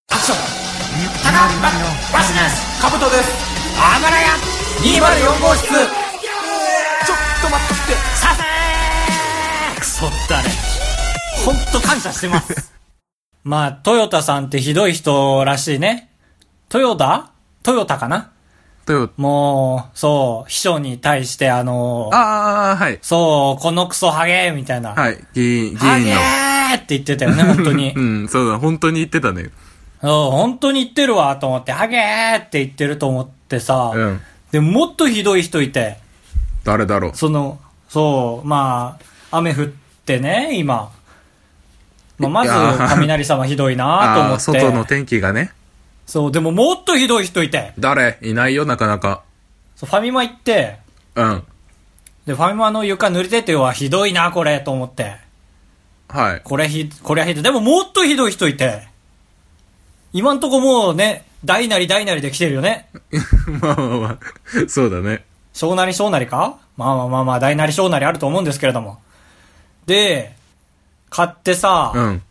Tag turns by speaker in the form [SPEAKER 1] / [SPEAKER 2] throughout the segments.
[SPEAKER 1] ョン高橋バシですカブトですあばらや204号室ちょっと待ってサセークソったれほんと感謝してます
[SPEAKER 2] まあ、トヨタさんってひどい人らしいね。トヨタトヨタかな
[SPEAKER 3] という、
[SPEAKER 2] もう、そう、秘書に対してあの
[SPEAKER 3] ああ、はい。
[SPEAKER 2] そう、このクソハゲーみたいな。
[SPEAKER 3] はい。議員、議
[SPEAKER 2] ハゲ
[SPEAKER 3] 員の。
[SPEAKER 2] ーって言ってたよね、本当 に。
[SPEAKER 3] うん、そうだ、本当に言ってたね。
[SPEAKER 2] そう本当に言ってるわ、と思って、ハゲーって言ってると思ってさ、
[SPEAKER 3] うん
[SPEAKER 2] で、もっとひどい人いて、
[SPEAKER 3] 誰だろう。
[SPEAKER 2] その、そう、まあ、雨降ってね、今。まあ、まず
[SPEAKER 3] いやー、
[SPEAKER 2] 雷様ひどいなと思っ
[SPEAKER 3] ああ、
[SPEAKER 2] て。
[SPEAKER 3] 外の天気がね。
[SPEAKER 2] そう、でももっとひどい人いて、
[SPEAKER 3] 誰いないよ、なかなか。
[SPEAKER 2] そうファミマ行って、
[SPEAKER 3] うん。
[SPEAKER 2] で、ファミマの床濡れててはひどいな、これ、と思って。
[SPEAKER 3] はい。
[SPEAKER 2] これひ、これはひどい。でももっとひどい人いて、今んとこもうね、大なり大なりで来てるよね。
[SPEAKER 3] まあまあまあ、そうだね。
[SPEAKER 2] 小なり小なりかまあまあまあまあ、大なり小なりあると思うんですけれども。で、買ってさ、
[SPEAKER 3] うん。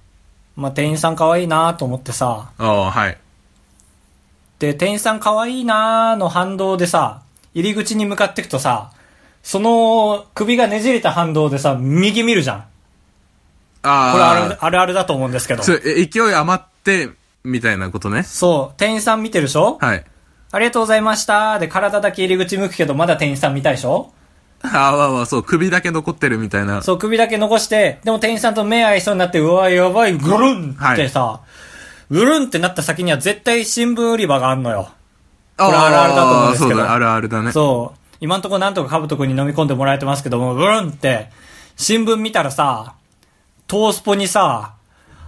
[SPEAKER 2] まあ店員さん可愛いなと思ってさ、
[SPEAKER 3] ああ、はい。
[SPEAKER 2] で、店員さん可愛いなの反動でさ、入り口に向かってくとさ、その首がねじれた反動でさ、右見るじゃん。
[SPEAKER 3] ああ、
[SPEAKER 2] これあるあるあるだと思うんですけど。
[SPEAKER 3] そうえ勢い余って、みたいなことね。
[SPEAKER 2] そう、店員さん見てるでしょ、
[SPEAKER 3] はい。
[SPEAKER 2] ありがとうございました。で、体だけ入り口向くけど、まだ店員さん見たいでしょ
[SPEAKER 3] ああ、わあわあ、そう、首だけ残ってるみたいな。
[SPEAKER 2] そう、首だけ残して、でも店員さんと目合いそうになって、うわ、やばい、ぐるんってさ、ぐるんってなった先には絶対新聞売り場があんのよ。
[SPEAKER 3] あ
[SPEAKER 2] これあるあるだと思うんですけど
[SPEAKER 3] そうだ、あるあるだね。
[SPEAKER 2] そう。今んとこなんとかカブト君に飲み込んでもらえてますけども、ぐるんって、新聞見たらさ、トースポにさ、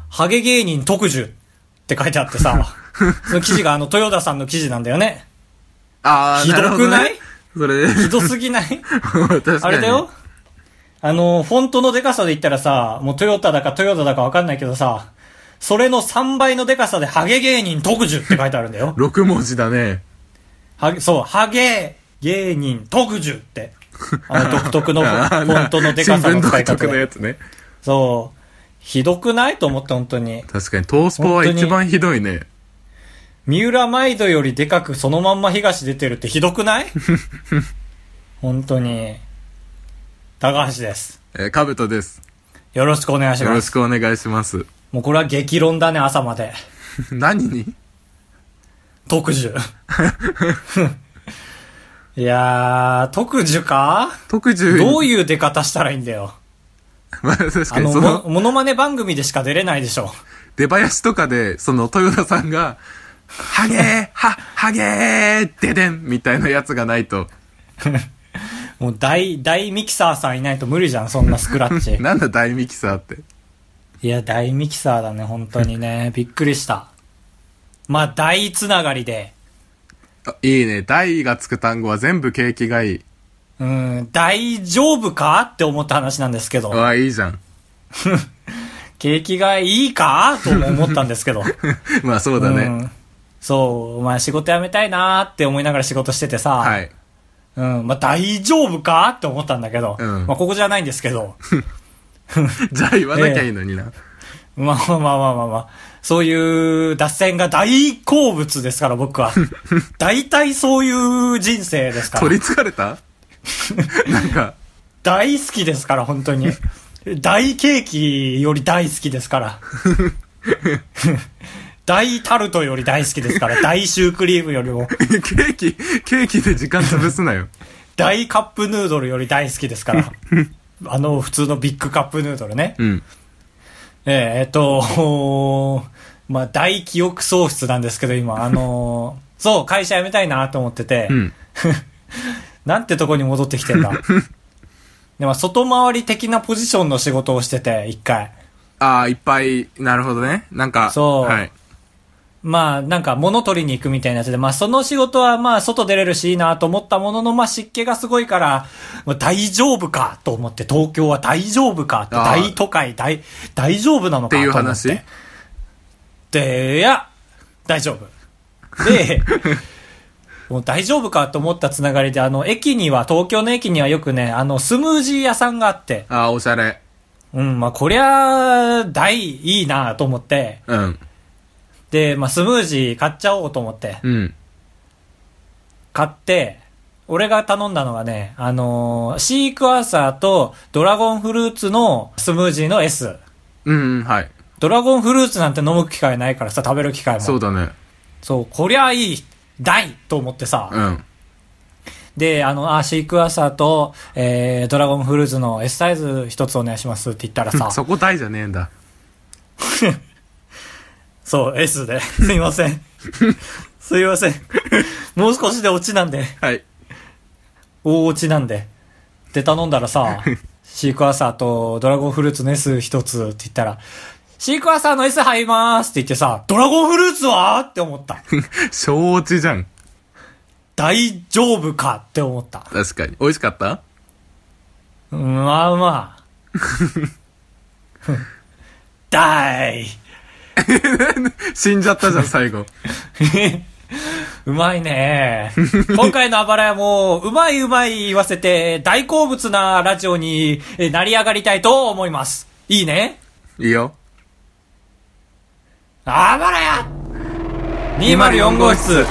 [SPEAKER 2] ハゲ芸人特需って書いてあってさ、 その記事があの、豊田さんの記事なんだよね。
[SPEAKER 3] ああ、
[SPEAKER 2] ひどく
[SPEAKER 3] るほどね
[SPEAKER 2] ない
[SPEAKER 3] それ、
[SPEAKER 2] ひどすぎない
[SPEAKER 3] 確かに。。
[SPEAKER 2] あれだよあの、フォントのデカさで言ったらさ、もうトヨタだかトヨタだかわかんないけどさ、それの3倍のデカさでハゲ芸人特需って書いてあるんだよ
[SPEAKER 3] 6文字だね。
[SPEAKER 2] ハゲ、そう、ハゲ芸人特需って。あの独特のフ
[SPEAKER 3] あーな
[SPEAKER 2] ォントのデカさの使い
[SPEAKER 3] 新聞独
[SPEAKER 2] 方
[SPEAKER 3] 特のや
[SPEAKER 2] で。
[SPEAKER 3] つね。
[SPEAKER 2] そう。ひどくないと思って本当に。
[SPEAKER 3] 確かに、トースポは一番ひどいね。
[SPEAKER 2] 三浦マイドよりでかくそのまんま東出てるってひどく ない本当に。高橋です。
[SPEAKER 3] えー、かぶとです。
[SPEAKER 2] よろしくお願いし
[SPEAKER 3] よ
[SPEAKER 2] ま
[SPEAKER 3] ろ
[SPEAKER 2] す
[SPEAKER 3] し。くお願いします。
[SPEAKER 2] もうこれは激論だね、朝まで。
[SPEAKER 3] 何に
[SPEAKER 2] 特需。 いやー、特需か
[SPEAKER 3] 特需。
[SPEAKER 2] どう
[SPEAKER 3] う
[SPEAKER 2] いう出方したらいいんだよ。
[SPEAKER 3] まあ確か
[SPEAKER 2] あ
[SPEAKER 3] に、
[SPEAKER 2] の、
[SPEAKER 3] そ
[SPEAKER 2] も、
[SPEAKER 3] の、
[SPEAKER 2] ものまね番組でしか出れないでしょ。
[SPEAKER 3] 出囃子とかで、その、豊田さん が、ハゲーは、ハゲーででんみたいなやつがないと。
[SPEAKER 2] もう大、大ミキサーさんいないと無理じゃん、そんなスクラッチ。
[SPEAKER 3] なんだ大ミキサーって。
[SPEAKER 2] いや、大ミキサーだね、本当にね。びっくりした。まあ、大つながりで。
[SPEAKER 3] あいいね。大がつく単語は全部景気がいい。
[SPEAKER 2] うん、大丈夫かって思った話なんですけど。
[SPEAKER 3] ああ、いいじゃん。
[SPEAKER 2] 景気がいいかとも思ったんですけど。
[SPEAKER 3] まあ そうだ
[SPEAKER 2] う
[SPEAKER 3] ね。
[SPEAKER 2] ん、そう、まあ仕事辞めたいなーって思いながら仕事しててさ、
[SPEAKER 3] はい。
[SPEAKER 2] うん、まあ大丈夫かって思ったんだけど、
[SPEAKER 3] うん
[SPEAKER 2] まあここじゃないんですけど、
[SPEAKER 3] じゃあ言わなきゃいいのにな。
[SPEAKER 2] まあまあまあまあまあまあ、そういう脱線が大好物ですから僕 は。大体そういう人生ですから
[SPEAKER 3] 取。り憑かれた なんか、
[SPEAKER 2] 大好きですから、本当に。大ケーキより大好きです から。大タルトより大好きですから、大シュークリームより も、
[SPEAKER 3] ケーキ、ケーキで時間潰すなよ。
[SPEAKER 2] 大カップヌードルより大好きです から。あの、普通のビッグカップヌードルね。
[SPEAKER 3] うん。
[SPEAKER 2] えーえっと、 まあ、大記憶喪失なんですけど、今、あの ーそう、会社辞めたいなと思ってて、
[SPEAKER 3] うん。
[SPEAKER 2] なんてとこに戻ってきてん だ。でも、外回り的なポジションの仕事をしてて、一回。
[SPEAKER 3] ああ、いっぱい、なるほどね。なんか、
[SPEAKER 2] そう
[SPEAKER 3] はい。
[SPEAKER 2] まあ、なんか物取りに行くみたいなやつで、まあ、その仕事はまあ、外出れるしいいなと思ったものの、まあ、湿気がすごいから、まあ、大丈夫かと思って、東京は大丈夫かって、
[SPEAKER 3] あー
[SPEAKER 2] 大都会、大、大丈夫なのかと思って。
[SPEAKER 3] っていう話
[SPEAKER 2] で、いや、大丈夫。 で、もう大丈夫かと思ったつながりで、あの、駅には、東京の駅にはよくね、あの、スムージー屋さんがあって、
[SPEAKER 3] ああ、おしゃれ。
[SPEAKER 2] うん、まあ、こりゃ、大、いいなと思って、
[SPEAKER 3] うん。
[SPEAKER 2] で、まあ、スムージー買っちゃおうと思って、
[SPEAKER 3] うん。
[SPEAKER 2] 買って、俺が頼んだのがね、あのーシークワーサーとドラゴンフルーツのスムージーの S。
[SPEAKER 3] うん、うん、はい。
[SPEAKER 2] ドラゴンフルーツなんて飲む機会ないからさ、食べる機会も。
[SPEAKER 3] そうだね。
[SPEAKER 2] そう、こりゃいい、大と思ってさ、
[SPEAKER 3] うん。
[SPEAKER 2] で、あの、あ、シークワーサーと、えー、ドラゴンフルーツの S サイズ一つお願いしますって言ったらさ、
[SPEAKER 3] そこ大じゃねえんだ。
[SPEAKER 2] そう、S で。 すいません。すいません。 もう少しで落ちなんで、
[SPEAKER 3] はい。
[SPEAKER 2] 大落ちなんで。で、頼んだら さ、シークワーサーとドラゴンフルーツの S 一つって言ったら、シークワーサーの S 入りまーすって言ってさ、ドラゴンフルーツはって思 った。
[SPEAKER 3] 承知じゃん。
[SPEAKER 2] 大丈夫かって思った。
[SPEAKER 3] 確かに。美味しかった
[SPEAKER 2] うんまあま あ。だい。
[SPEAKER 3] 死んじゃったじゃん、最 後。
[SPEAKER 2] うまいね。今回のあばらやも、うまいうまい言わせて、大好物なラジオにえ成り上がりたいと思います。いいね。
[SPEAKER 3] いいよ。
[SPEAKER 2] あばらや !204 号室。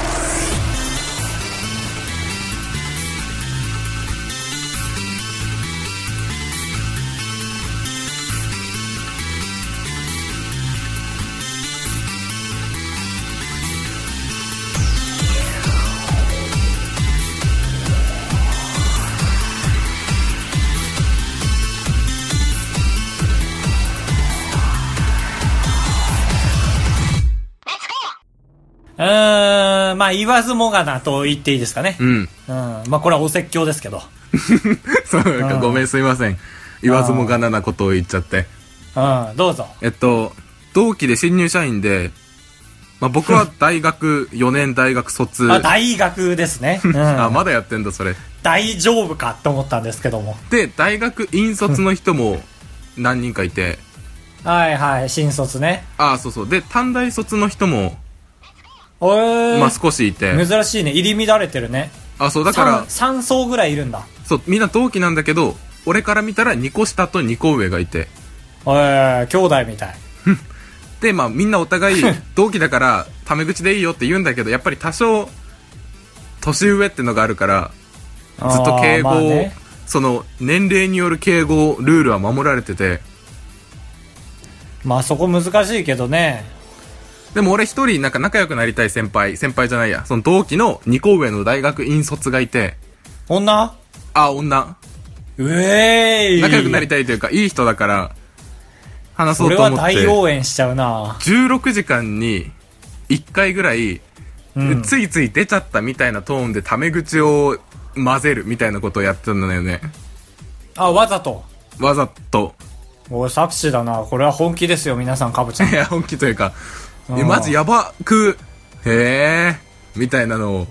[SPEAKER 2] うーん、まあ言わずもがなと言っていいですかね。う。
[SPEAKER 3] うんん。
[SPEAKER 2] まあこれはお説教ですけど。
[SPEAKER 3] そうか、ごめん、すいません。言わずもがななことを言っちゃって。
[SPEAKER 2] うん、どうぞ。
[SPEAKER 3] えっと、同期で新入社員で、まあ、僕は大学4年大学卒。
[SPEAKER 2] あ、大学ですね。うん、
[SPEAKER 3] あ、まだやってんだ、それ。
[SPEAKER 2] 大丈夫かって思ったんですけども。
[SPEAKER 3] で、大学院卒の人も何人かいて、
[SPEAKER 2] はいはい、新卒ね。
[SPEAKER 3] あ、そうそう。で、短大卒の人も、
[SPEAKER 2] おー、
[SPEAKER 3] まあ、少しいて、
[SPEAKER 2] 珍しいね。入り乱れてるね。
[SPEAKER 3] あ、そう、だから
[SPEAKER 2] 3、、三層ぐらいいるんだ。
[SPEAKER 3] そう、みんな同期なんだけど、俺から見たら2個下と2個上がいて、
[SPEAKER 2] えー、兄弟みたい。
[SPEAKER 3] で、まあ、みんなお互 い同期だから、タメ口でいいよって言うんだけど、やっぱり多少、年上ってのがあるから、ずっと敬語
[SPEAKER 2] あーまあ
[SPEAKER 3] を、
[SPEAKER 2] ね
[SPEAKER 3] その、年齢による敬語、ルールは守られてて、
[SPEAKER 2] まあそこ難しいけどね。
[SPEAKER 3] でも俺一人、なんか仲良くなりたい先輩、先輩じゃないや、その同期の2個上の大学院卒がいて、
[SPEAKER 2] 女
[SPEAKER 3] あ、女、
[SPEAKER 2] うえーい。
[SPEAKER 3] 仲良くなりたいというか、いい人だから、話そ
[SPEAKER 2] そうれ
[SPEAKER 3] と
[SPEAKER 2] は
[SPEAKER 3] 思って。
[SPEAKER 2] 大応援しちゃうな。
[SPEAKER 3] 16時間に1回ぐらい、
[SPEAKER 2] うん
[SPEAKER 3] ついつい出ちゃったみたいなトーンでタメ口を混ぜるみたいなことをやってたんだよね。
[SPEAKER 2] あ、わざと。
[SPEAKER 3] わざと。
[SPEAKER 2] おい、作詞だな。これは本気ですよ、皆さん、かぶちゃん
[SPEAKER 3] い。や、本気というか、
[SPEAKER 2] うん
[SPEAKER 3] えマジやばく、へえ、みたいなのを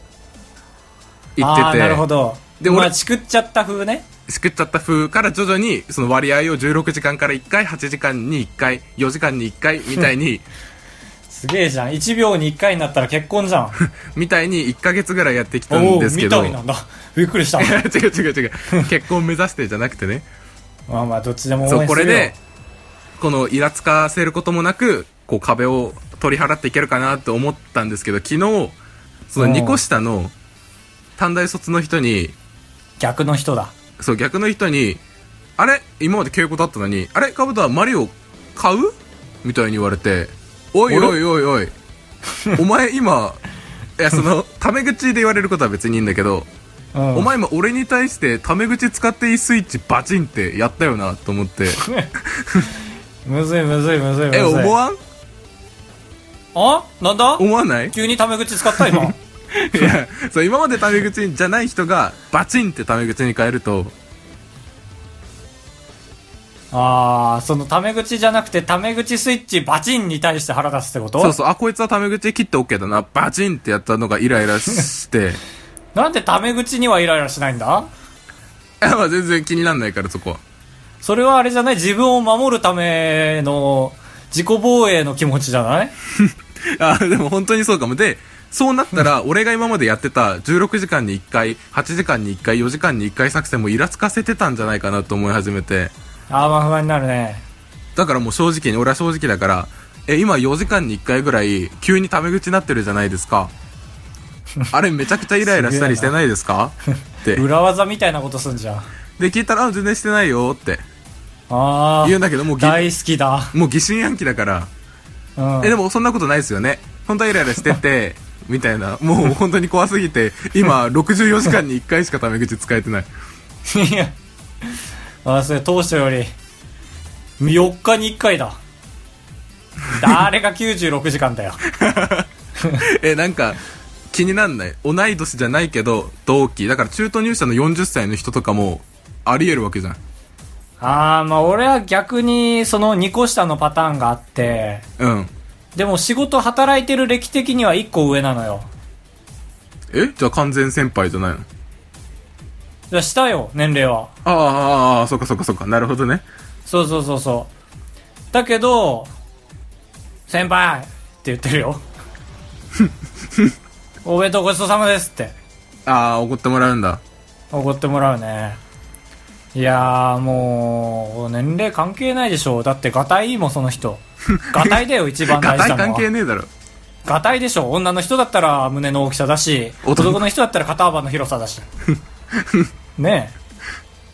[SPEAKER 3] 言
[SPEAKER 2] あ
[SPEAKER 3] っ
[SPEAKER 2] あ、なるほ
[SPEAKER 3] て
[SPEAKER 2] ど。
[SPEAKER 3] で
[SPEAKER 2] で、まあ、
[SPEAKER 3] 俺
[SPEAKER 2] チクっちゃった風ね。
[SPEAKER 3] て、しくっちゃった風から徐々にその割合を16時間から1回、8時間に1回、4時間に1回みた いに、
[SPEAKER 2] すげえじゃん。1秒に1回になったら結婚じゃ ん。
[SPEAKER 3] みたいに1ヶ月ぐらいやってきた
[SPEAKER 2] お
[SPEAKER 3] ん
[SPEAKER 2] お
[SPEAKER 3] ですけ
[SPEAKER 2] み
[SPEAKER 3] ど、。
[SPEAKER 2] た いなんだ。びっくりした
[SPEAKER 3] 違う違う違う、結婚目指してじゃなくてね。
[SPEAKER 2] まあまあ、どっちでも応
[SPEAKER 3] そう、
[SPEAKER 2] 援
[SPEAKER 3] こ
[SPEAKER 2] する
[SPEAKER 3] れ
[SPEAKER 2] よ。
[SPEAKER 3] で、このイラつかせることもなく、こう壁を取り払っていけるかなと思ったんですけど、昨日、その2個下の短大卒の人に、
[SPEAKER 2] 逆の人だ。
[SPEAKER 3] そう、逆の人に、あれ今まで敬語だったのに、あれカブトはマリオ買うみたいに言われて、おい
[SPEAKER 2] あれ
[SPEAKER 3] おいおいおい、お前 今、いや、その、タメ口で言われることは別にいいんだけど、
[SPEAKER 2] うん。
[SPEAKER 3] お前今俺に対してタメ口使っていいスイッチバチンってやったよなと思って、
[SPEAKER 2] むずいむずいむずいむずい。
[SPEAKER 3] え、思わん
[SPEAKER 2] あなんだ
[SPEAKER 3] 思わない
[SPEAKER 2] 急にタメ口使った今。
[SPEAKER 3] いやそう今までタメ口じゃない人がバチンってタメ口に変えると
[SPEAKER 2] ああ、そのタメ口じゃなくて、タメ口スイッチバチンに対して腹立つってこと
[SPEAKER 3] そうそうあこいつはタメ口切って OK だなバチンってやったのがイライラして い
[SPEAKER 2] なんでタメ口にはイライラしないんだ
[SPEAKER 3] やまあ全然気になんないからそこは
[SPEAKER 2] それはあれじゃない自分を守るための自己防衛の気持ちじゃない
[SPEAKER 3] あでも本当にそうかもでそうなったら俺が今までやってた16時間に1回8時間に1回4時間に1回作戦もイラつかせてたんじゃないかなと思い始めて
[SPEAKER 2] ああ、まあ不安になるね。
[SPEAKER 3] だからもう正直に俺は正直だからえ、今4時間に1回ぐらい、急にタメ口になってるじゃないです か。あれめちゃくちゃイライラしたりしてないですか って。
[SPEAKER 2] 裏技みたいなことすんじゃん。
[SPEAKER 3] で、聞いたら、あ全然してないよって
[SPEAKER 2] あ
[SPEAKER 3] 言うん
[SPEAKER 2] あ、
[SPEAKER 3] だけど、もうぎ、
[SPEAKER 2] 大好きだ。
[SPEAKER 3] もう疑心暗鬼だから、
[SPEAKER 2] うん。
[SPEAKER 3] え、でもそんなことないですよね。本当はイライラしてて、 みたいな。もう本当に怖すぎて、今64時間に1回しかタメ口使え てない。
[SPEAKER 2] いや、あ、それ当初より、4日に1回だ。誰が96時間だよ。
[SPEAKER 3] え、なんか、気になんない。同い年じゃないけど、同期。だから中途入社の40歳の人とかも、あり得るわけじゃん。
[SPEAKER 2] ああ、まあ俺は逆に、その2個下のパターンがあって、
[SPEAKER 3] うん。
[SPEAKER 2] でも仕事働いてる歴的には1個上なのよ。
[SPEAKER 3] えじゃあ完全先輩じゃないの
[SPEAKER 2] じゃあ下よ、年齢は。
[SPEAKER 3] ああ、ああああ、そっかそっかそっか。なるほどね。
[SPEAKER 2] そうそうそうそう。だけど、先輩って言ってる よ。お弁当ごちそうさまですって。
[SPEAKER 3] ああ、怒ってもらうんだ。
[SPEAKER 2] おごってもらうね。いやーもう、年齢関係ないでしょ。だって、ガタイいいもん、その 人。ガタイだよ、一番大
[SPEAKER 3] ガタ
[SPEAKER 2] 事
[SPEAKER 3] イ
[SPEAKER 2] なの
[SPEAKER 3] 関
[SPEAKER 2] は。
[SPEAKER 3] 係ねえだろ。
[SPEAKER 2] ガタイでしょ。女の人だったら胸の大きさだし、
[SPEAKER 3] 男
[SPEAKER 2] 男の人だったら肩幅の広さだ し。ねえ。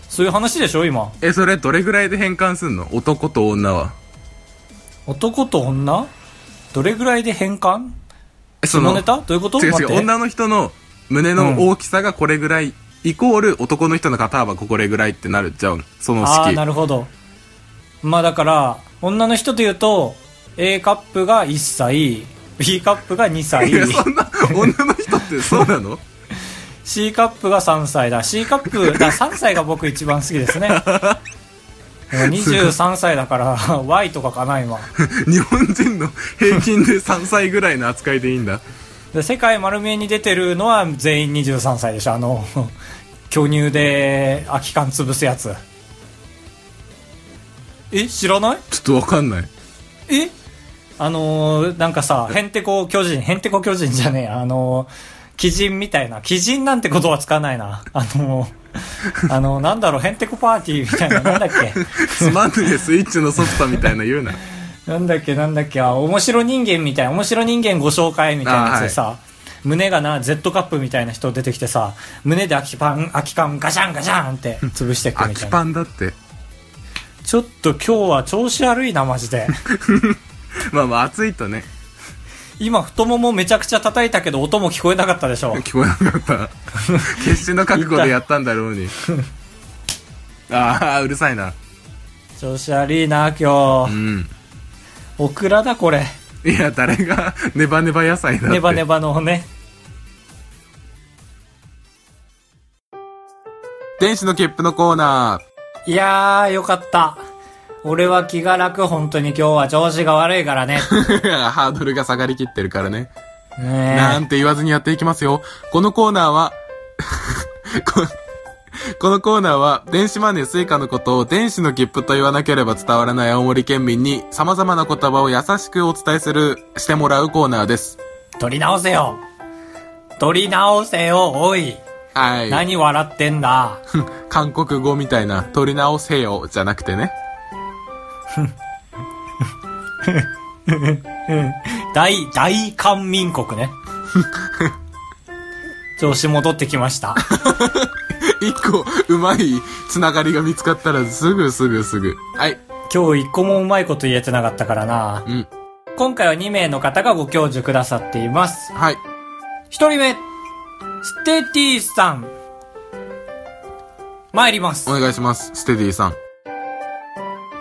[SPEAKER 2] そういう話でしょ、今。
[SPEAKER 3] え、それどれぐらいで変換すんの男と女は。
[SPEAKER 2] 男と女どれぐらいで変換
[SPEAKER 3] え、
[SPEAKER 2] そのネタどういうこと
[SPEAKER 3] 違う違
[SPEAKER 2] 待っ
[SPEAKER 3] う、
[SPEAKER 2] て
[SPEAKER 3] 女の人の胸の大きさがこれぐらい、イコール男の人の肩幅これぐらいってなるじゃん。その
[SPEAKER 2] ああ、
[SPEAKER 3] 式
[SPEAKER 2] な。るほど。まあだから、女の人というと、A カップが1歳、B カップが2歳
[SPEAKER 3] い、や、そんな、女の人ってそうなの
[SPEAKER 2] C カップが3歳だ。C カップ、だ3歳が僕一番好きです ね。23歳だから、Y とかかな、今。
[SPEAKER 3] 日本人の平均で3歳ぐらいの扱いでいいんだ。
[SPEAKER 2] で世界丸見えに出てるのは全員23歳でしょ。あの、 巨乳で空き缶潰すやつ。え知らない
[SPEAKER 3] ちょっとわかんない。
[SPEAKER 2] えあのーなんかさ、ヘンテコ巨人、ヘンテコ巨人じゃねえや、あのー、鬼人みたいな、鬼人なんてことはつかないな。あのーあのーなんだろう、ヘンテコパーティーみたいな、なんだっけ、
[SPEAKER 3] つまんねえスイッチのソフトみたい な言うな。
[SPEAKER 2] なんだっけ、なんだっけ、あ、面白人間みたいな、面白人間ご紹介みたいなやつでさ、胸がな、Z カップみたいな人出てきてさ、胸で空きパン、空き缶ガシャンガシャンって潰してく
[SPEAKER 3] 空
[SPEAKER 2] みた
[SPEAKER 3] き
[SPEAKER 2] いな。
[SPEAKER 3] パンだって。
[SPEAKER 2] ちょっと今日は調子悪いな、マジ で。
[SPEAKER 3] まあまあ暑いとね、
[SPEAKER 2] 今、太ももめちゃくちゃ叩いたけど、音も聞こえなかったでしょ。
[SPEAKER 3] 聞こえなかった。決死の覚悟でやったんだろうに。ああ、うるさいな。
[SPEAKER 2] 調子悪いな今
[SPEAKER 3] う
[SPEAKER 2] 日
[SPEAKER 3] ん。
[SPEAKER 2] オクラだこれ
[SPEAKER 3] いや、誰がネバネバ野菜だって。
[SPEAKER 2] ネバネバのね
[SPEAKER 3] 天使の切符のコーナー。
[SPEAKER 2] いやーよかった俺は気が楽本当に今日は調子が悪いから ね
[SPEAKER 3] ハードルが下がりきってるからね。な
[SPEAKER 2] ね
[SPEAKER 3] んて言わずにやっていきますよ。このコーナーは、 ここのコーナーは、電子マネースイカのことを電子の切符と言わなければ伝わらない青森県民に様々な言葉を優しくお伝えする、してもらうコーナーです。
[SPEAKER 2] え取り直せよ取り直せよおい
[SPEAKER 3] はい。
[SPEAKER 2] 何笑ってんだ
[SPEAKER 3] 韓国語みたいな、取り直せよ、じゃなくてね。
[SPEAKER 2] 大大韓民国ね調子戻ってきました
[SPEAKER 3] 一個、うまいつながりが見つかったら、すぐすぐすぐ。はい。
[SPEAKER 2] 今日一個もうまいこと言えてなかったからな
[SPEAKER 3] うん。
[SPEAKER 2] 今回は2名の方がご教授くださっています
[SPEAKER 3] はい。
[SPEAKER 2] 一人目、ステティさん。参ります
[SPEAKER 3] お。願いします、ステディさ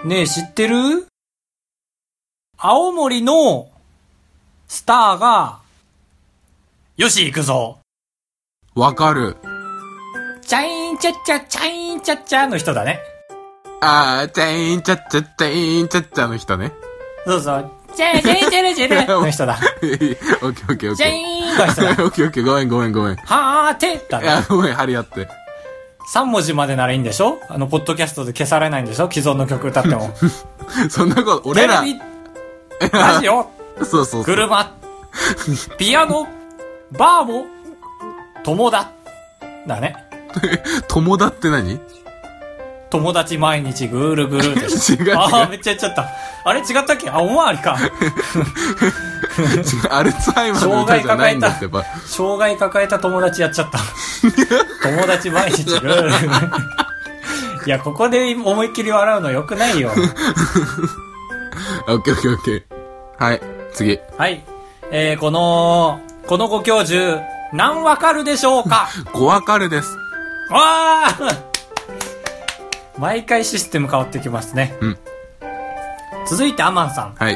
[SPEAKER 3] ん。
[SPEAKER 2] ねえ、知ってる青森のスターが、よし、行くぞ。
[SPEAKER 3] わかる。
[SPEAKER 2] チャインチャッチャ、チャインチャッチャの人だね。
[SPEAKER 3] あー、チャインチャッチャッチャインチャッチャの人ね。
[SPEAKER 2] そうそう。チャイチャイチャイチャイの人だ。
[SPEAKER 3] オッケーオッケーオッ
[SPEAKER 2] チ
[SPEAKER 3] ケ
[SPEAKER 2] ャ
[SPEAKER 3] ー。
[SPEAKER 2] インの人
[SPEAKER 3] オ
[SPEAKER 2] だ。
[SPEAKER 3] ッケーオッケー、ごめんごめんごめん。い
[SPEAKER 2] はーてだね。
[SPEAKER 3] や、ごめん、張り合って。
[SPEAKER 2] 3文字までならいいんでしょあの、ポッドキャストで消されないんでしょ既存の曲歌っても。
[SPEAKER 3] そんなこと、
[SPEAKER 2] テ
[SPEAKER 3] 俺
[SPEAKER 2] レ
[SPEAKER 3] ら、
[SPEAKER 2] ビ、ラジオ、
[SPEAKER 3] そうそうそう。
[SPEAKER 2] 車、ピアノ、バーも、友だ。だね。
[SPEAKER 3] 友だって何
[SPEAKER 2] 友達毎日ぐーるぐるでし
[SPEAKER 3] 違う違う
[SPEAKER 2] ああ、めっちゃやっちゃった。あれ違ったっけあ、おまわりか。
[SPEAKER 3] アルツハイマーの
[SPEAKER 2] 障
[SPEAKER 3] 歌
[SPEAKER 2] 害
[SPEAKER 3] じゃな
[SPEAKER 2] 抱
[SPEAKER 3] い
[SPEAKER 2] え
[SPEAKER 3] んだ
[SPEAKER 2] た
[SPEAKER 3] ってば。、
[SPEAKER 2] 障害抱えた友達やっち ゃった。友達毎日ルール。いや、ここで思いっきり笑うのよくないよ。
[SPEAKER 3] オッケーオッケーオッケー。はい、次。
[SPEAKER 2] はい。えー、この、このご教授、何わかるでしょうか
[SPEAKER 3] ごわかるです。
[SPEAKER 2] わあ毎回システム変わってきますね。
[SPEAKER 3] うん
[SPEAKER 2] 続いてアマンさん。
[SPEAKER 3] はい。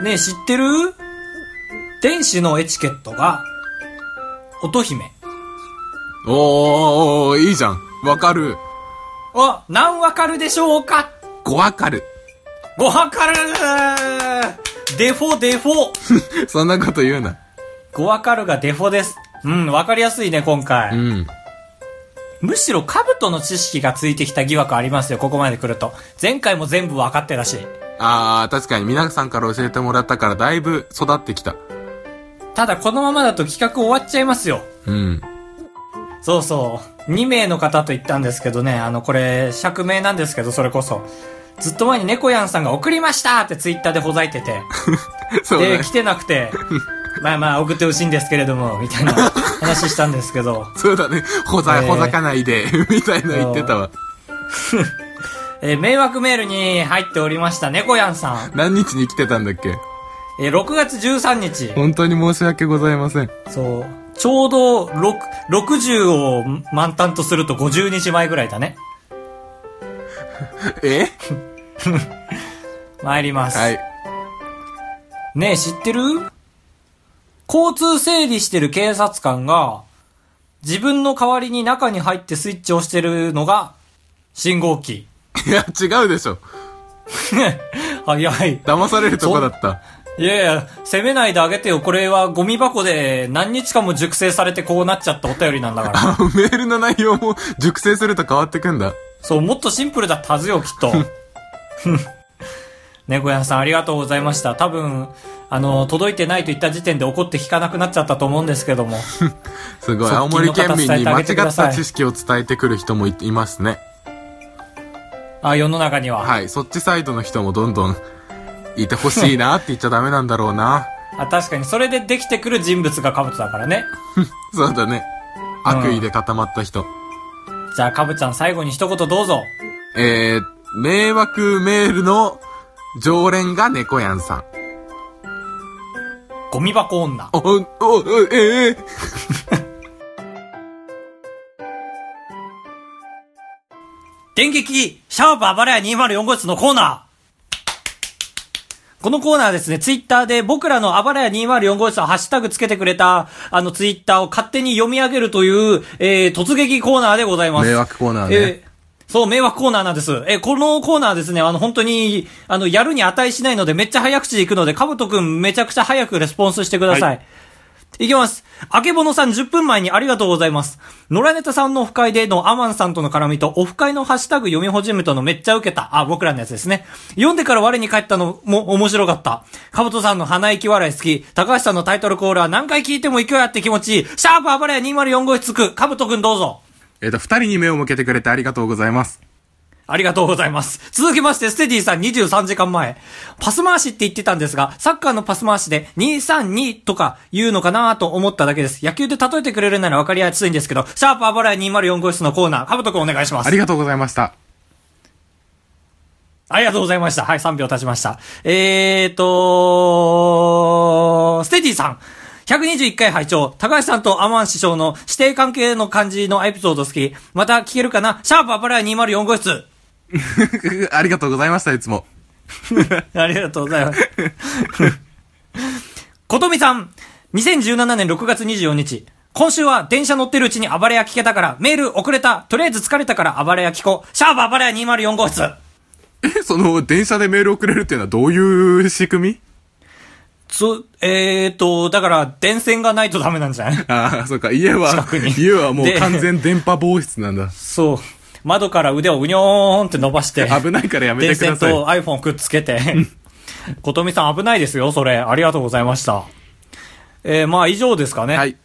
[SPEAKER 2] ねえ、知ってる天使のエチケットが、乙姫。
[SPEAKER 3] おーおーおーいいじゃん。わかる。
[SPEAKER 2] あ、何わかるでしょうか
[SPEAKER 3] ごわかる。
[SPEAKER 2] ごわかるデフォデフォ
[SPEAKER 3] そんなこと言うな。
[SPEAKER 2] ごわかるがデフォです。うん、わかりやすいね、今
[SPEAKER 3] う
[SPEAKER 2] 回。
[SPEAKER 3] ん。
[SPEAKER 2] むしろ兜の知識がついてきた疑惑ありますよ、ここまで来ると。前回も全部わかってたし。
[SPEAKER 3] あー、確かに皆さんから教えてもらったからだいぶ育ってきた。
[SPEAKER 2] ただ、このままだと企画終わっちゃいますよ。
[SPEAKER 3] うん。
[SPEAKER 2] そうそう。2名の方と言ったんですけどね、あの、これ、釈明なんですけど、それこそ。ずっと前に猫やんさんが送りましたってツイッターでほざいてて。
[SPEAKER 3] そう
[SPEAKER 2] で、
[SPEAKER 3] ね
[SPEAKER 2] 来。てなく て、まあまあ送ってほしいんですけれども、みたいな話したんですけど、
[SPEAKER 3] そうだね。ほざ、
[SPEAKER 2] えー
[SPEAKER 3] ほざかないで、 みたいな言ってたわ。
[SPEAKER 2] えー迷惑メールに入っておりました、猫やんさん。
[SPEAKER 3] 何日に来てたんだっけ
[SPEAKER 2] えー6月13日。
[SPEAKER 3] 本当に申し訳ございません。
[SPEAKER 2] そう。ちょうど、6、60を満タンとすると50日前ぐらいだね。
[SPEAKER 3] え
[SPEAKER 2] 参ります。
[SPEAKER 3] はい。
[SPEAKER 2] ねえ、知ってる交通整理してる警察官が、自分の代わりに中に入ってスイッチを押してるのが、信号機。
[SPEAKER 3] いや、違うでしょ。
[SPEAKER 2] 早い。
[SPEAKER 3] 騙されるとこだった。
[SPEAKER 2] いやいや、責めないであげてよ。これはゴミ箱で何日間も熟成されてこうなっちゃったお便りなんだから。
[SPEAKER 3] あメールの内容も 熟成すると変わってくんだ。
[SPEAKER 2] そう、もっとシンプルだったはずよ、きっと。 猫屋さんありがとうございました。多分、あの、届いてないと言った時点で怒って聞かなくなっちゃったと思うんですけども。
[SPEAKER 3] すごい。
[SPEAKER 2] 側近
[SPEAKER 3] 青森
[SPEAKER 2] の方
[SPEAKER 3] 県民に間違
[SPEAKER 2] 伝えてあげてく
[SPEAKER 3] っ
[SPEAKER 2] ださい
[SPEAKER 3] た知識を伝えてくる人もいいますね。
[SPEAKER 2] あ、世の中には。
[SPEAKER 3] はい。そっちサイドの人もどんどんいてほしいなって言っちゃダメなんだろうな。
[SPEAKER 2] あ、確かに、それでできてくる人物がカブトだからね。
[SPEAKER 3] そうだね。悪意で固まった人。
[SPEAKER 2] じゃあ、カブちゃん最後に一言どうぞ。
[SPEAKER 3] えー、迷惑メールの常連が猫やんさん。
[SPEAKER 2] ゴミ箱女。
[SPEAKER 3] お、お、おええ
[SPEAKER 2] 電撃シャープあばらや204号室のコーナーこのコーナーはですね、ツイッターで僕らのあばらや204号室をハッシュタグつけてくれた、あのツイッターを勝手に読み上げるという、えー、突撃コーナーでございます。
[SPEAKER 3] 迷惑コーナーね
[SPEAKER 2] えーそう、迷惑コーナーなんです。えー、このコーナーですね、あの、本当に、あの、やるに値しないので、めっちゃ早口で行くので、かぶとくんめちゃくちゃ早くレスポンスしてください。
[SPEAKER 3] はい
[SPEAKER 2] いきます。あけぼのさん10分前にありがとうございます。野良ネタさんのオフ会でのアマンさんとの絡みと、オフ会のハッシュタグ読み始めたのめっちゃ受けた。あ、僕らのやつですね。読んでから我に返ったのも面白かった。かぶとさんの鼻息笑い好き。高橋さんのタイトルコールは何回聞いても勢いあって気持ちいい。シャープあばれや204号室つく。かぶとくんどうぞ。
[SPEAKER 3] えっと、二人に目を向けてくれてありがとうございます。
[SPEAKER 2] ありがとうございます。続きまして、ステディさん23時間前。パス回しって言ってたんですが、サッカーのパス回しで232とか言うのかなと思っただけです。野球で例えてくれるなら分かりやすいんですけど、シャープあばらや204号室のコーナー、かぶとくんお願いします。
[SPEAKER 3] ありがとうございました。
[SPEAKER 2] ありがとうございました。はい、3秒経ちました。えーと、ステディさん。121回拝聴高橋さんとアマン師匠の指定関係の感じのエピソード好き。また聞けるかなシャープアパラヤ204号室。
[SPEAKER 3] ありがとうございました、いつも。
[SPEAKER 2] ありがとうございます。 ことみさん、2017年6月24日。今週は電車乗ってるうちに暴れや聞けたから、メール遅れた。とりあえず疲れたから暴れや聞こう。シャープ暴れや204号室。
[SPEAKER 3] え、その、電車でメール送れるっていうのはどういう仕組み
[SPEAKER 2] そ、えーと、だから、電線がないとダメなんじゃない
[SPEAKER 3] ああ、そうか、家は
[SPEAKER 2] 近くに、
[SPEAKER 3] 家はもう
[SPEAKER 2] で
[SPEAKER 3] 完全電波防止なんだ。
[SPEAKER 2] そう。窓から腕をうにょーんって伸ばして、
[SPEAKER 3] 危ないからやめて
[SPEAKER 2] 電
[SPEAKER 3] くだ
[SPEAKER 2] 線
[SPEAKER 3] さい。
[SPEAKER 2] と iPhone をくっつけ て。ことみさん危ないですよ、それ。ありがとうございました。えー、まあ以上ですかね。
[SPEAKER 3] はい。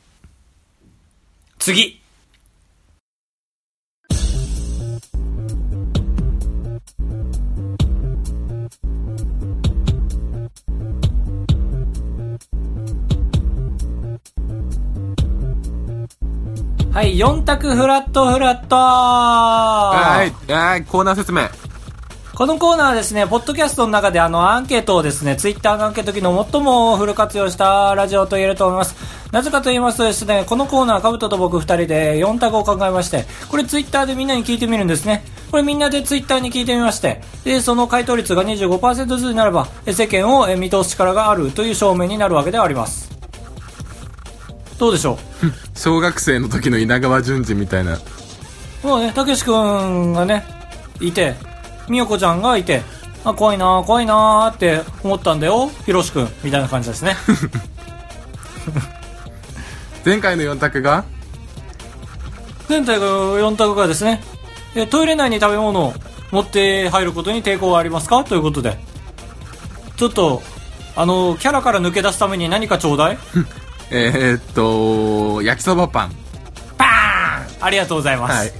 [SPEAKER 2] 次。はい、4択フラットフラットは
[SPEAKER 3] はい。はい。コーナー説明。
[SPEAKER 2] このコーナーはですね、ポッドキャストの中であのアンケートをですね、ツイッターのアンケート機能を最もフル活用したラジオと言えると思います。なぜかと言いますとですね、このコーナー、カブトと僕二人で4択を考えまして、これツイッターでみんなに聞いてみるんですね。これみんなでツイッターに聞いてみまして、で、その回答率が25%ずつになれば、え世間をえ見通す力があるという証明になるわけではあります。どうでしょう
[SPEAKER 3] 小学生の時の稲川淳二みたいな。
[SPEAKER 2] もうね、たけし君がね、いて、みよこちゃんがいて、あ、怖いなー怖いなーって思ったんだよ、ひろし君、みたいな感じですね。
[SPEAKER 3] 前回の4択が
[SPEAKER 2] 前回の4択がですね、えトイレ内に食べ物を持って入ることに抵抗はありますかということで、ちょっと、あの、キャラから抜け出すために何かちょうだい
[SPEAKER 3] えー、っと、焼きそばパン。
[SPEAKER 2] バーンありがとうございます。
[SPEAKER 3] はい。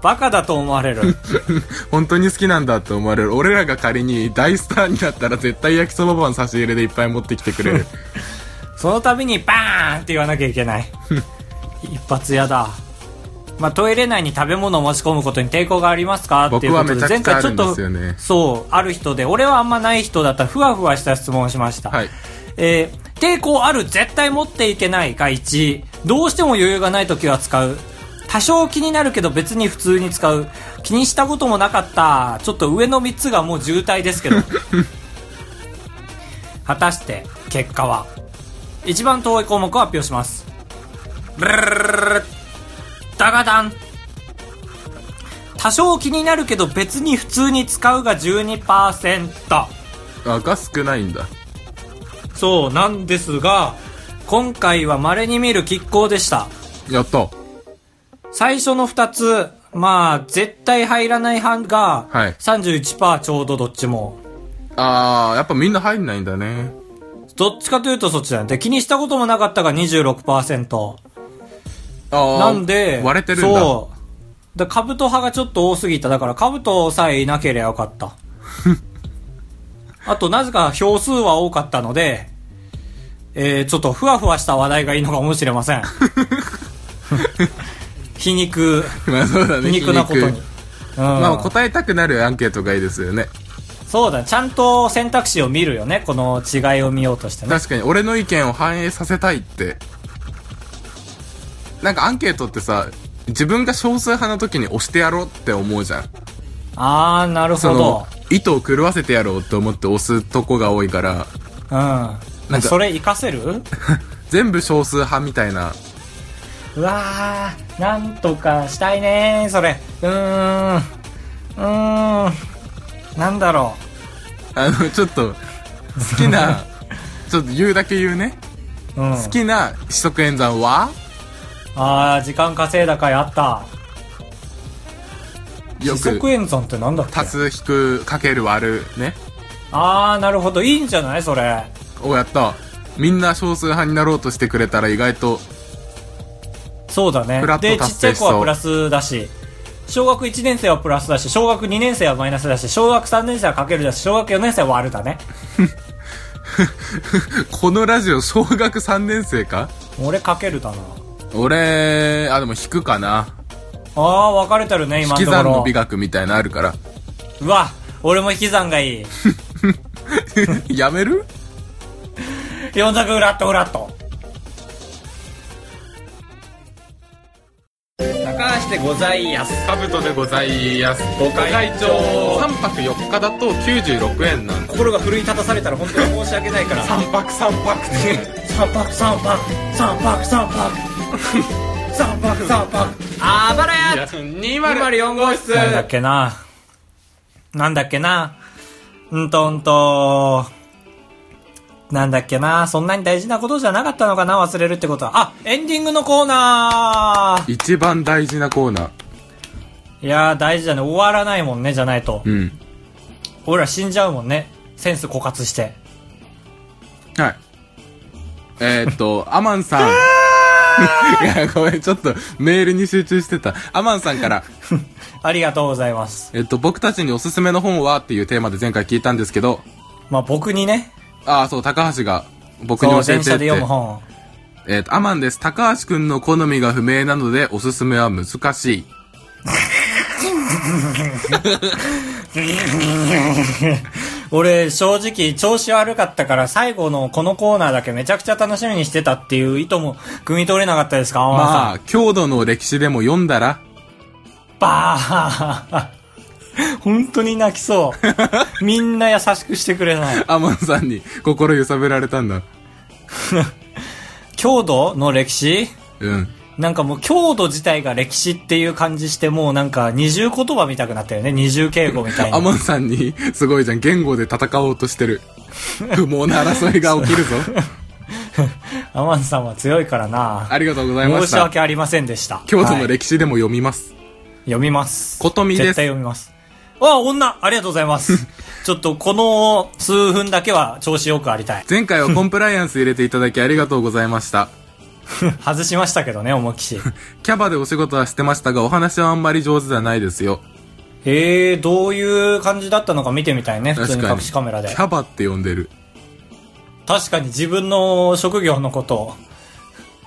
[SPEAKER 2] バカだと思われる。
[SPEAKER 3] 本当に好きなんだと思われる。俺らが仮に大スターになったら絶対焼きそばパン差し入れでいっぱい持ってきてくれる。
[SPEAKER 2] その度にバーンって言わなきゃいけ ない。一発やだ。まあ、トイレ内に食べ物を持ち込むことに抵抗がありますかっていうこと
[SPEAKER 3] 僕はめちゃくちゃ
[SPEAKER 2] 前回ちょっ
[SPEAKER 3] あるん
[SPEAKER 2] と
[SPEAKER 3] ですよね
[SPEAKER 2] そう、ある人で、俺はあんまない人だったふわふわした質問をしました。
[SPEAKER 3] はい
[SPEAKER 2] えー抵抗ある、絶対持っていけないが1、どうしても余裕がない時は使う。多少気になるけど別に普通に使う。気にしたこともなかった。ちょっと上の3つがもう渋滞ですけど。果たして、結果は一番遠い項目を発表します。ブルルルルルルダガダン多少気になるけど別に普通に使うが12%
[SPEAKER 3] あ、が少ないんだ。
[SPEAKER 2] そうなんですが今回は稀に見る拮抗でした
[SPEAKER 3] やった。
[SPEAKER 2] 最初の2つまあ絶対入らない班が
[SPEAKER 3] はい
[SPEAKER 2] 31%ちょうどどっちも、
[SPEAKER 3] あー、やっぱみんな入んないんだね。
[SPEAKER 2] どっちかというとそっちなんで気にしたこともなかったが26%
[SPEAKER 3] あー
[SPEAKER 2] なんで、
[SPEAKER 3] 割れてるんだ。
[SPEAKER 2] そう。だカブト派がちょっと多すぎた。だから、カブトさえいなければよかった。 あと、なぜか票数は多かったので、えー、ちょっとふわふわした話題がいいのかもしれま せん。皮 肉、
[SPEAKER 3] まあそうだね。
[SPEAKER 2] 皮肉なことに。うん、
[SPEAKER 3] まあ答えたくなるアンケートがいいですよね。
[SPEAKER 2] そうだ、ちゃんと選択肢を見るよね。この違いを見ようとしてね。
[SPEAKER 3] 確かに俺の意見を反映させたいって。なんかアンケートってさ、自分が少数派の時に押してやろうって思うじゃん。
[SPEAKER 2] あー、なる
[SPEAKER 3] そ
[SPEAKER 2] ほ
[SPEAKER 3] の
[SPEAKER 2] ど。、
[SPEAKER 3] 意図を狂わせてやろうと思って押すとこが多いから、
[SPEAKER 2] うん。
[SPEAKER 3] なんか
[SPEAKER 2] それ活かせる
[SPEAKER 3] 全部少数派みたいな。
[SPEAKER 2] うわーなんとかしたいねーそれうーんうーんなんだろ
[SPEAKER 3] あの、ちょっと、好きな、 ちょっと言うだけ言うね。
[SPEAKER 2] う、うん、
[SPEAKER 3] 好きな四則演算は
[SPEAKER 2] あー時間稼いだ回あった
[SPEAKER 3] よ
[SPEAKER 2] 四則
[SPEAKER 3] く、
[SPEAKER 2] 演算ってなんだっけ
[SPEAKER 3] 足す、引く、かける、割る、ね。
[SPEAKER 2] ああなるほどいいんじゃないそれ
[SPEAKER 3] お、やった。みんな少数派になろうとしてくれたら意外と、
[SPEAKER 2] そうだね
[SPEAKER 3] フラット
[SPEAKER 2] でち
[SPEAKER 3] 達成
[SPEAKER 2] っちゃい子は
[SPEAKER 3] そう
[SPEAKER 2] プラスだし小学1年生はプラスだし小学2年生はマイナスだし小学3年生はかけるだし小学4年生は割るだね
[SPEAKER 3] このラジオ小学3年生か
[SPEAKER 2] 俺かけるだな
[SPEAKER 3] 俺、あ、でも引くかな。
[SPEAKER 2] あー分かれてるね
[SPEAKER 3] 引
[SPEAKER 2] 今
[SPEAKER 3] き
[SPEAKER 2] のとこ
[SPEAKER 3] 算の
[SPEAKER 2] ろ
[SPEAKER 3] 美学みたいなのあるから。
[SPEAKER 2] うわ俺も引き算がいい
[SPEAKER 3] やめる
[SPEAKER 2] 四択フラットフラット高橋でございやす
[SPEAKER 3] カブトでございます。ご
[SPEAKER 2] 会長
[SPEAKER 3] 3泊4日だと96円なんで。
[SPEAKER 2] 心が奮い立たされたら本当に申し訳ないから
[SPEAKER 3] 3泊3泊って。
[SPEAKER 2] 三泊三泊三泊三泊 三泊三泊あばらや
[SPEAKER 3] 204号室
[SPEAKER 2] なんだっけななんだっけなうんとうんとなんだっけなそんなに大事なことじゃなかったのかな忘れるってことはあエンディングのコーナー
[SPEAKER 3] 一番大事なコーナー。
[SPEAKER 2] いやー大事だね終わらないもんねじゃないと
[SPEAKER 3] うん。
[SPEAKER 2] 俺ら死んじゃうもんねセンス枯渇して
[SPEAKER 3] はい。えー、っと、アマンさん。 いや、ごめん、ちょっとメールに集中してた。アマンさんから、
[SPEAKER 2] ありがとうございます
[SPEAKER 3] えっと、僕たちにおすすめの本はっていうテーマで前回聞いたんですけど、
[SPEAKER 2] まあ僕にね
[SPEAKER 3] ああ、そう、高橋が僕に
[SPEAKER 2] そう
[SPEAKER 3] 教え
[SPEAKER 2] 電
[SPEAKER 3] てって。
[SPEAKER 2] 車で読む本
[SPEAKER 3] えっ、と、アマンです。高橋くんの好みが不明なので、おすすめは難しい。
[SPEAKER 2] 俺、正直、調子悪かったから、最後のこのコーナーだけめちゃくちゃ楽しみにしてたっていう意図も、汲み取れなかったですか天野さん。
[SPEAKER 3] まあ、郷土の歴史でも読んだら、
[SPEAKER 2] バー本当に泣きそう。みんな優しくしてくれない。
[SPEAKER 3] アマンさんに心揺さぶられたんだ。
[SPEAKER 2] 郷土の歴史
[SPEAKER 3] うん。
[SPEAKER 2] なんかもう郷土自体が歴史っていう感じして、もうなんか二重言葉見たくなったよね。二重敬語みたい
[SPEAKER 3] ア
[SPEAKER 2] な。
[SPEAKER 3] マンさんに、すごいじゃん、言語で戦おうとしてる。不毛な争いが起き るぞ。
[SPEAKER 2] アマンさんは強いからな。
[SPEAKER 3] ありがとうございま
[SPEAKER 2] 申
[SPEAKER 3] し。
[SPEAKER 2] した訳ありませんでした。
[SPEAKER 3] 京都の
[SPEAKER 2] はい
[SPEAKER 3] 歴史でも読みます。
[SPEAKER 2] 読みます。
[SPEAKER 3] ことみです
[SPEAKER 2] 絶対読みます。あ、女ありがとうござい ます。ちょっとこの数分だけは調子よくありたい。
[SPEAKER 3] 前回はコンプライアンス入れていただきありがとうございました。
[SPEAKER 2] 外しましたけどね、思いっきし。
[SPEAKER 3] キャバでお仕事はしてましたが、お話はあんまり上手じゃないですよ。
[SPEAKER 2] へえ、どういう感じだったのか見てみたいね、普通に
[SPEAKER 3] 確か
[SPEAKER 2] 隠
[SPEAKER 3] に。
[SPEAKER 2] しカメラで
[SPEAKER 3] キ。ャバって呼んでる。
[SPEAKER 2] 確かに自分の職業のことを、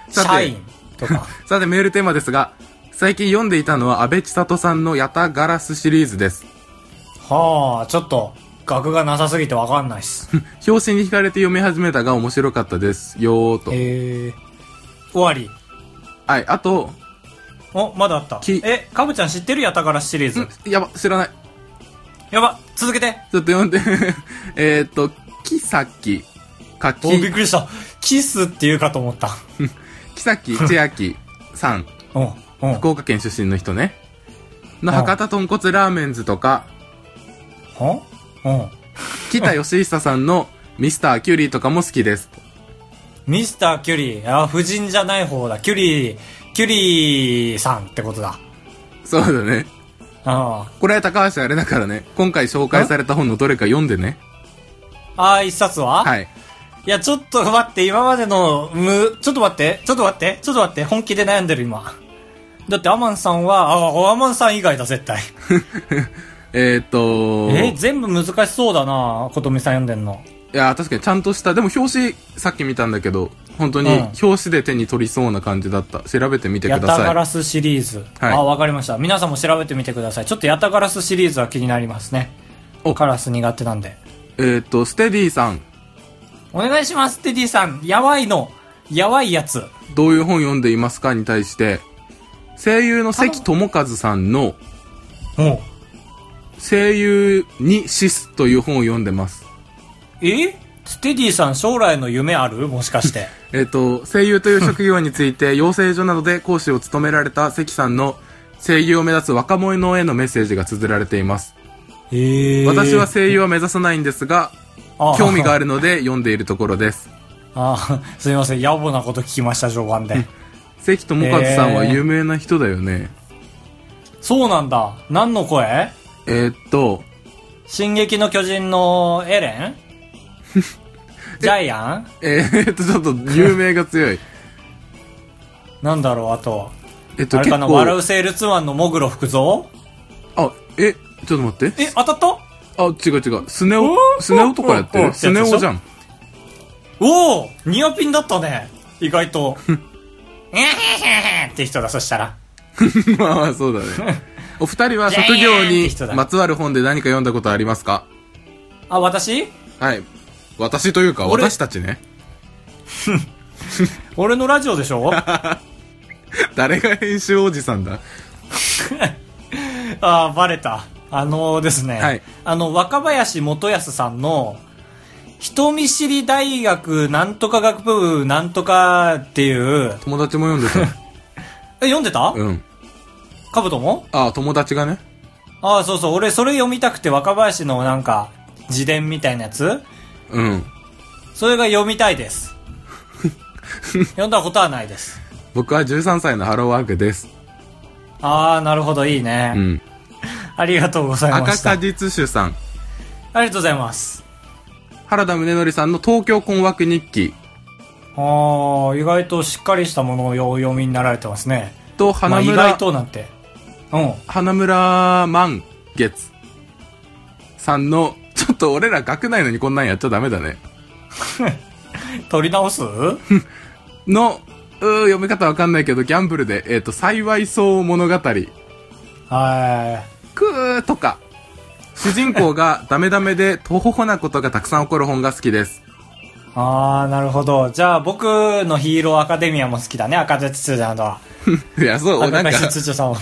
[SPEAKER 3] さて
[SPEAKER 2] 社員とか。
[SPEAKER 3] さてメールテーマですが、最近読んでいたのは安倍千里さんのヤタガラスシリーズです。
[SPEAKER 2] はあ、ちょっと、額がなさすぎてわかんないっす。
[SPEAKER 3] 表紙に惹かれて読み始めたが面白かったですよーと。
[SPEAKER 2] へえ、終わり。
[SPEAKER 3] はい、あと、
[SPEAKER 2] お、まだあった
[SPEAKER 3] き。
[SPEAKER 2] え、かぶちゃん知ってるやたからシリーズ。
[SPEAKER 3] んやば、知らない。
[SPEAKER 2] やば、続けて。
[SPEAKER 3] ちょっと読んで。 えーっと、キサキ、カキ
[SPEAKER 2] お、、びっくりした。キスって言うかと思った。
[SPEAKER 3] キサ キ千秋さん、
[SPEAKER 2] うん、うん。
[SPEAKER 3] 福岡県出身の人ね。の
[SPEAKER 2] うん
[SPEAKER 3] 博多豚骨ラーメンズ とか、
[SPEAKER 2] はうん。
[SPEAKER 3] 北義久さんのミスターキュリーとかも好きです。
[SPEAKER 2] ミスター・キュリー。あ、夫人じゃない方だ。キュリー、キュリーさんってことだ。
[SPEAKER 3] そうだね。
[SPEAKER 2] あ
[SPEAKER 3] これは高橋あれだからね、今回紹介された本のどれか読んでね。
[SPEAKER 2] あー、一冊は
[SPEAKER 3] はい。
[SPEAKER 2] いや、ちょっと待って、今までの、む、ちょっと待って、ちょっと待って、ちょっと待って、本気で悩んでる今。だってアマンさんは、あ、アマンさん以外だ、絶対。
[SPEAKER 3] えー、っと、
[SPEAKER 2] え、
[SPEAKER 3] い
[SPEAKER 2] 全部難しそうだなことみさん読んでんの。
[SPEAKER 3] や、確かにちゃんとした、でも表紙さっき見たんだけど、本当に
[SPEAKER 2] うん
[SPEAKER 3] 表紙で手に取りそうな感じだった。調べてみて
[SPEAKER 2] ヤ
[SPEAKER 3] くだ
[SPEAKER 2] タガ
[SPEAKER 3] さ
[SPEAKER 2] ラスシリーズ。
[SPEAKER 3] はい
[SPEAKER 2] あ、わかりました。皆さんも調べてみてください。ちょっとヤタガラスシリーズは気になりますね。
[SPEAKER 3] お
[SPEAKER 2] カラス苦手なんで。
[SPEAKER 3] い。えー、っと、ステディさん、
[SPEAKER 2] お願いします、テディさん。やばいの。やばいやつ。
[SPEAKER 3] どういう本読んでいますかに対して、声優の関智和さんの、
[SPEAKER 2] おう
[SPEAKER 3] 声優に死すという本を読んでます。
[SPEAKER 2] えステディさん将来の夢あるもしか して。
[SPEAKER 3] えっ、と、声優という職業につ いて、養成所などで講師を務められた関さんの声優を目指す若者へのメッセージが綴られています。
[SPEAKER 2] ええ
[SPEAKER 3] 私は声優は目指さないんですが、興味があるので読んでいるところです。
[SPEAKER 2] ああ、すいません。野暮なこと聞きました、序盤で。
[SPEAKER 3] 関智和さんは有名な人だよね。
[SPEAKER 2] そうなんだ。何の声
[SPEAKER 3] えっ、と、
[SPEAKER 2] 進撃の巨人のエレ ンジャイアン
[SPEAKER 3] えーっと、ちょっと有名が強い。
[SPEAKER 2] なんだろう、あと。
[SPEAKER 3] えっと、
[SPEAKER 2] あれ
[SPEAKER 3] 結
[SPEAKER 2] かな、笑
[SPEAKER 3] 構
[SPEAKER 2] う、セールツマンのモグロ福蔵
[SPEAKER 3] あ、え、ちょっと待って。
[SPEAKER 2] え、当たった
[SPEAKER 3] あ、違う違う。スネ
[SPEAKER 2] お
[SPEAKER 3] 夫、
[SPEAKER 2] ー
[SPEAKER 3] スネ夫とかやって
[SPEAKER 2] おーお
[SPEAKER 3] る
[SPEAKER 2] ー
[SPEAKER 3] スネ夫じゃん。
[SPEAKER 2] おおニアピンだったね。意外と。 えへへへって人だ、そしたら。
[SPEAKER 3] まあまあ、そうだね。お二人は職業にまつわる本で何か読んだことありますか
[SPEAKER 2] あ、私
[SPEAKER 3] はい。私というか、
[SPEAKER 2] 俺
[SPEAKER 3] 私たちね。
[SPEAKER 2] 俺のラジオでし ょあ
[SPEAKER 3] 誰が編集おじさんだ
[SPEAKER 2] あ、バレた。あのーですね。
[SPEAKER 3] はい
[SPEAKER 2] あの、若林元康さんの、人見知り大学なんとか学部なんとかっていう、
[SPEAKER 3] 友達も読んで
[SPEAKER 2] え、読んでた
[SPEAKER 3] た。うん。
[SPEAKER 2] かぶとも
[SPEAKER 3] ああ、友達がね。
[SPEAKER 2] ああ、そうそう。俺、それ読みたくて若林のなんか、自伝みたいなやつ
[SPEAKER 3] うん。
[SPEAKER 2] それが読みたい です。読んだことはないです。
[SPEAKER 3] 僕は13歳のハローワークです。
[SPEAKER 2] ああ、なるほど、いいね。
[SPEAKER 3] うん。
[SPEAKER 2] ありがとうございま
[SPEAKER 3] 赤
[SPEAKER 2] した。あ
[SPEAKER 3] 果
[SPEAKER 2] り
[SPEAKER 3] 実酒さん。
[SPEAKER 2] がとうございます。
[SPEAKER 3] 原田宗則さんの東京困惑日記
[SPEAKER 2] ああ、意外としっかりしたものをよお読みになられてますね。
[SPEAKER 3] と
[SPEAKER 2] まあ、
[SPEAKER 3] 花
[SPEAKER 2] 意
[SPEAKER 3] 村、
[SPEAKER 2] 外となんて。うん。
[SPEAKER 3] 花村満月さんの、ちょっと俺ら学 内のにこんなんやっちゃダメだね。
[SPEAKER 2] 取り直す
[SPEAKER 3] のうー、読み方わかんないけど、ギャンブルで、えっ、と、幸いそう物語。
[SPEAKER 2] は
[SPEAKER 3] くーとか。主人公がダメダメで、とほほなことがたくさん起こる本が好きです。
[SPEAKER 2] い。ああ、なるほど。じゃあ、僕のヒーローアカデミアも好きだね、赤田秩序さんとは。
[SPEAKER 3] いや、そう、
[SPEAKER 2] 赤
[SPEAKER 3] なん
[SPEAKER 2] 田
[SPEAKER 3] か、
[SPEAKER 2] 秩序さんも。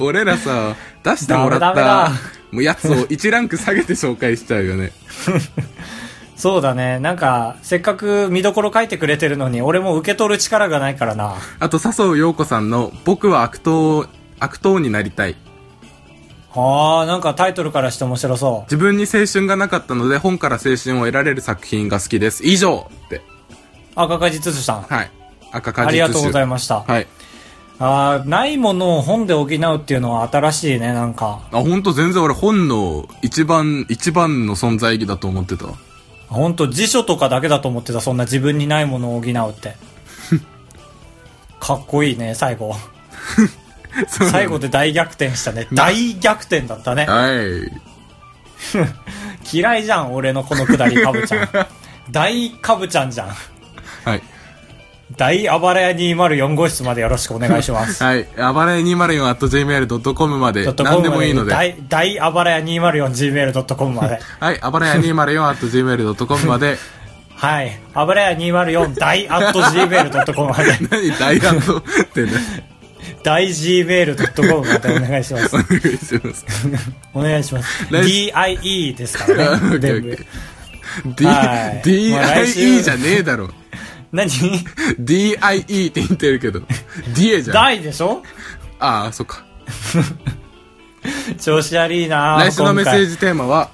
[SPEAKER 3] 俺らさ、出してもらっ
[SPEAKER 2] ダメ
[SPEAKER 3] た
[SPEAKER 2] だ、
[SPEAKER 3] もうやつを1ランク下げて紹介しちゃうよね。
[SPEAKER 2] そうだね。なんか、せっかく見どころ書いてくれてるのに、俺も受け取る力がないからな。
[SPEAKER 3] あと、笹生陽子さんの、僕は悪党、悪党になりたい。
[SPEAKER 2] ああ、なんかタイトルからして面白そ
[SPEAKER 3] 自分に青春がなかったので、本から青春を得られる作品が好きです。以上って。
[SPEAKER 2] う。赤梶つつさん。
[SPEAKER 3] はい。赤か
[SPEAKER 2] あ
[SPEAKER 3] じ
[SPEAKER 2] りがとうござい
[SPEAKER 3] ま
[SPEAKER 2] ました。
[SPEAKER 3] はい。
[SPEAKER 2] ああ、ないものを本で補うっていうのは新しいね、なんか。
[SPEAKER 3] あ、ほんと全然俺本の一番、一番の存在意義だと思ってた。
[SPEAKER 2] ほんと辞書とかだけだと思ってた、そんな自分にないものを補うって。 かっこいいね、最 後。最後で大逆転したね。大逆転だったね。
[SPEAKER 3] はい。
[SPEAKER 2] 嫌いじゃん、俺のこのくだり、かぶち ゃん。大かぶちゃんじゃん。
[SPEAKER 3] はい。
[SPEAKER 2] 大あばらや204号室までよろしくお願いします。
[SPEAKER 3] はい。暴れ 204.gmail.com まで
[SPEAKER 2] ちょっと
[SPEAKER 3] 何でもいいので。はい。
[SPEAKER 2] 大、大あばらや 204gmail.com まで。
[SPEAKER 3] 暴れ 204.gmail.com まで。
[SPEAKER 2] はい。あばらや204大 at gmail.com ま で。
[SPEAKER 3] 何大乱闘ってね。
[SPEAKER 2] 大 gmail.com までお願いしま
[SPEAKER 3] お
[SPEAKER 2] す。
[SPEAKER 3] 願いします。
[SPEAKER 2] お願いします。
[SPEAKER 3] 来
[SPEAKER 2] DIE ですから ね。全部。
[SPEAKER 3] D、
[SPEAKER 2] はい
[SPEAKER 3] DIE
[SPEAKER 2] もう来週
[SPEAKER 3] じゃねえだろ。
[SPEAKER 2] 何
[SPEAKER 3] DIE って言ってるけど。DA じゃん。
[SPEAKER 2] 大でしょ
[SPEAKER 3] ああ、そっか。
[SPEAKER 2] 調子悪いな
[SPEAKER 3] 来週のメッセー
[SPEAKER 2] ジ。
[SPEAKER 3] ジテーマは、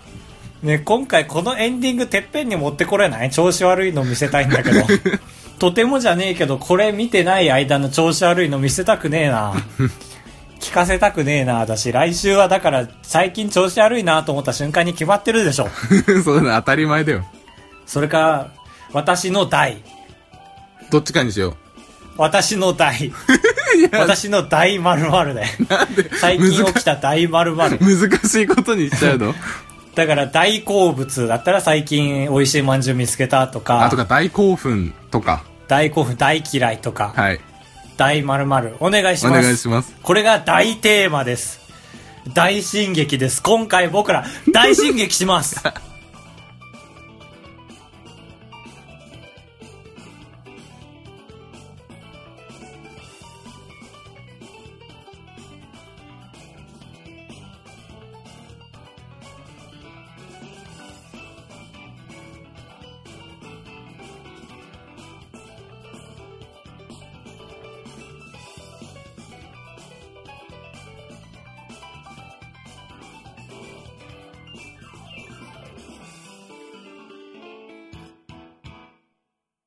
[SPEAKER 2] ね、今回このエンディングてっぺんに持ってこれない調子悪いの見せたいんだ けど。とてもじゃねえけど、これ見てない間の調子悪いの見せたくねえな聞かせたくねえな私、来週はだから最近調子悪いなと思った瞬間に決まってるでしょ。
[SPEAKER 3] そうだ、当たり前だよ。
[SPEAKER 2] それか、私の大。
[SPEAKER 3] どっちかにしよ
[SPEAKER 2] 私の 大。私の大〇〇で。最近起きた大〇〇
[SPEAKER 3] う。。難しいことにしちゃうの
[SPEAKER 2] だから大好物だったら最近美味しいまんじゅう見つけたとか、
[SPEAKER 3] あとか大興奮とか。
[SPEAKER 2] 大興奮、大嫌いとか、
[SPEAKER 3] はい。
[SPEAKER 2] 大〇〇。お願いし
[SPEAKER 3] お
[SPEAKER 2] ます。
[SPEAKER 3] 願いします。
[SPEAKER 2] これが大テーマです。大進撃です。今回僕ら大進撃します。